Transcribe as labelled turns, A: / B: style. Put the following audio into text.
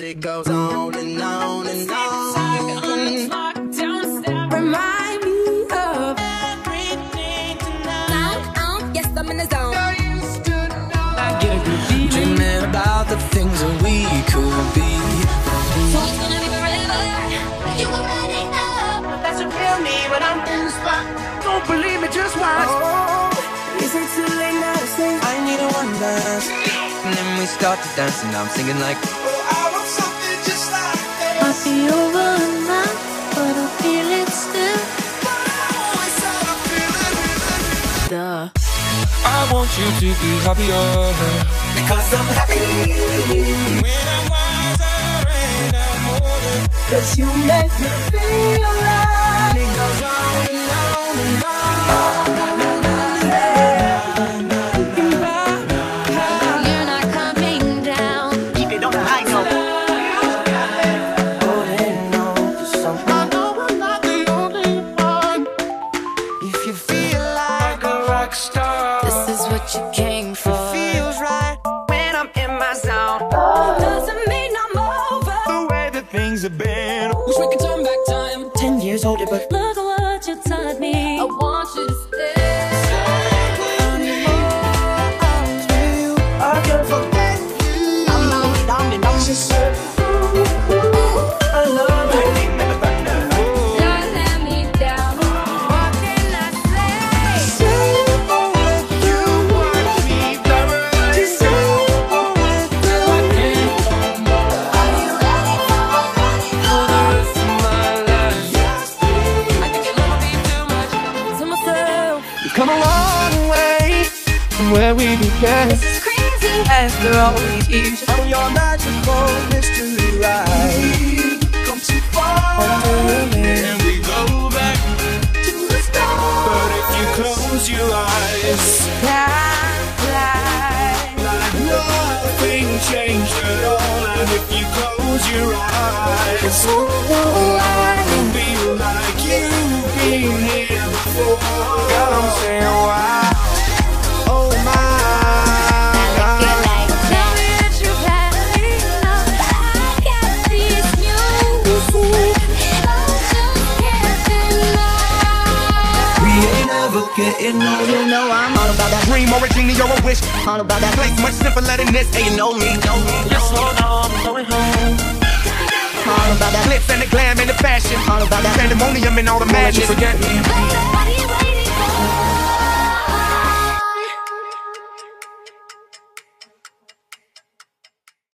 A: It goes on and on and
B: Tick-tock on the
A: on.
B: clock, don't stop.
C: Remind me of
B: Everything tonight.
C: I'm on, yes, I'm in the zone.
A: I used to
B: I
A: know.
B: get a good feeling.
A: Dreaming about the things that we could be.
C: So it's gonna be forever. You already know.
B: That's what kill me when I'm in the spot. Don't believe me, just watch.
A: Oh, is it too late now to say I need a one dance? And then we start to dance, and I'm singing like. Oh, I want something just like that.
C: Might be over now, but I feel it still. Duh.
D: I want you to be happier
A: Because I'm happy.
D: when I'm wiser and I'm older.
A: Cause you make me feel alive. It goes on and on and
C: You're not coming down.
A: If you feel like a rock star,
C: This is what you came for.
A: feels right.
B: When I'm in my zone.
C: Doesn't mean I'm over.
D: The way that things have been.
B: Wish we could turn back time.
A: Ten years older, but
C: Look at what you taught me. I want you to stay.
A: I can't forget you. I'm just I love you.
C: Don't let me down. What can I say? To myself.
D: Come a long way from where we began.
C: This is crazy.
B: After all these years.
D: And we go back But if you close your eyes, nothing changed at all. And if you close your eyes, you'll feel like you've been here before. God, I'm saying wow. Oh my God.
C: Now it's your valley. I got this music. I just can't deny.
A: We ain't never getting no, you know I'm all about that dream or a genie or a wish. All about that place, much simpler than this. Hey, you know me, know me. Let's hold on, going home. All about that glitz and the glam and the fashion. All about that pandemonium and all the magic. Forget me.
C: Baby, what do you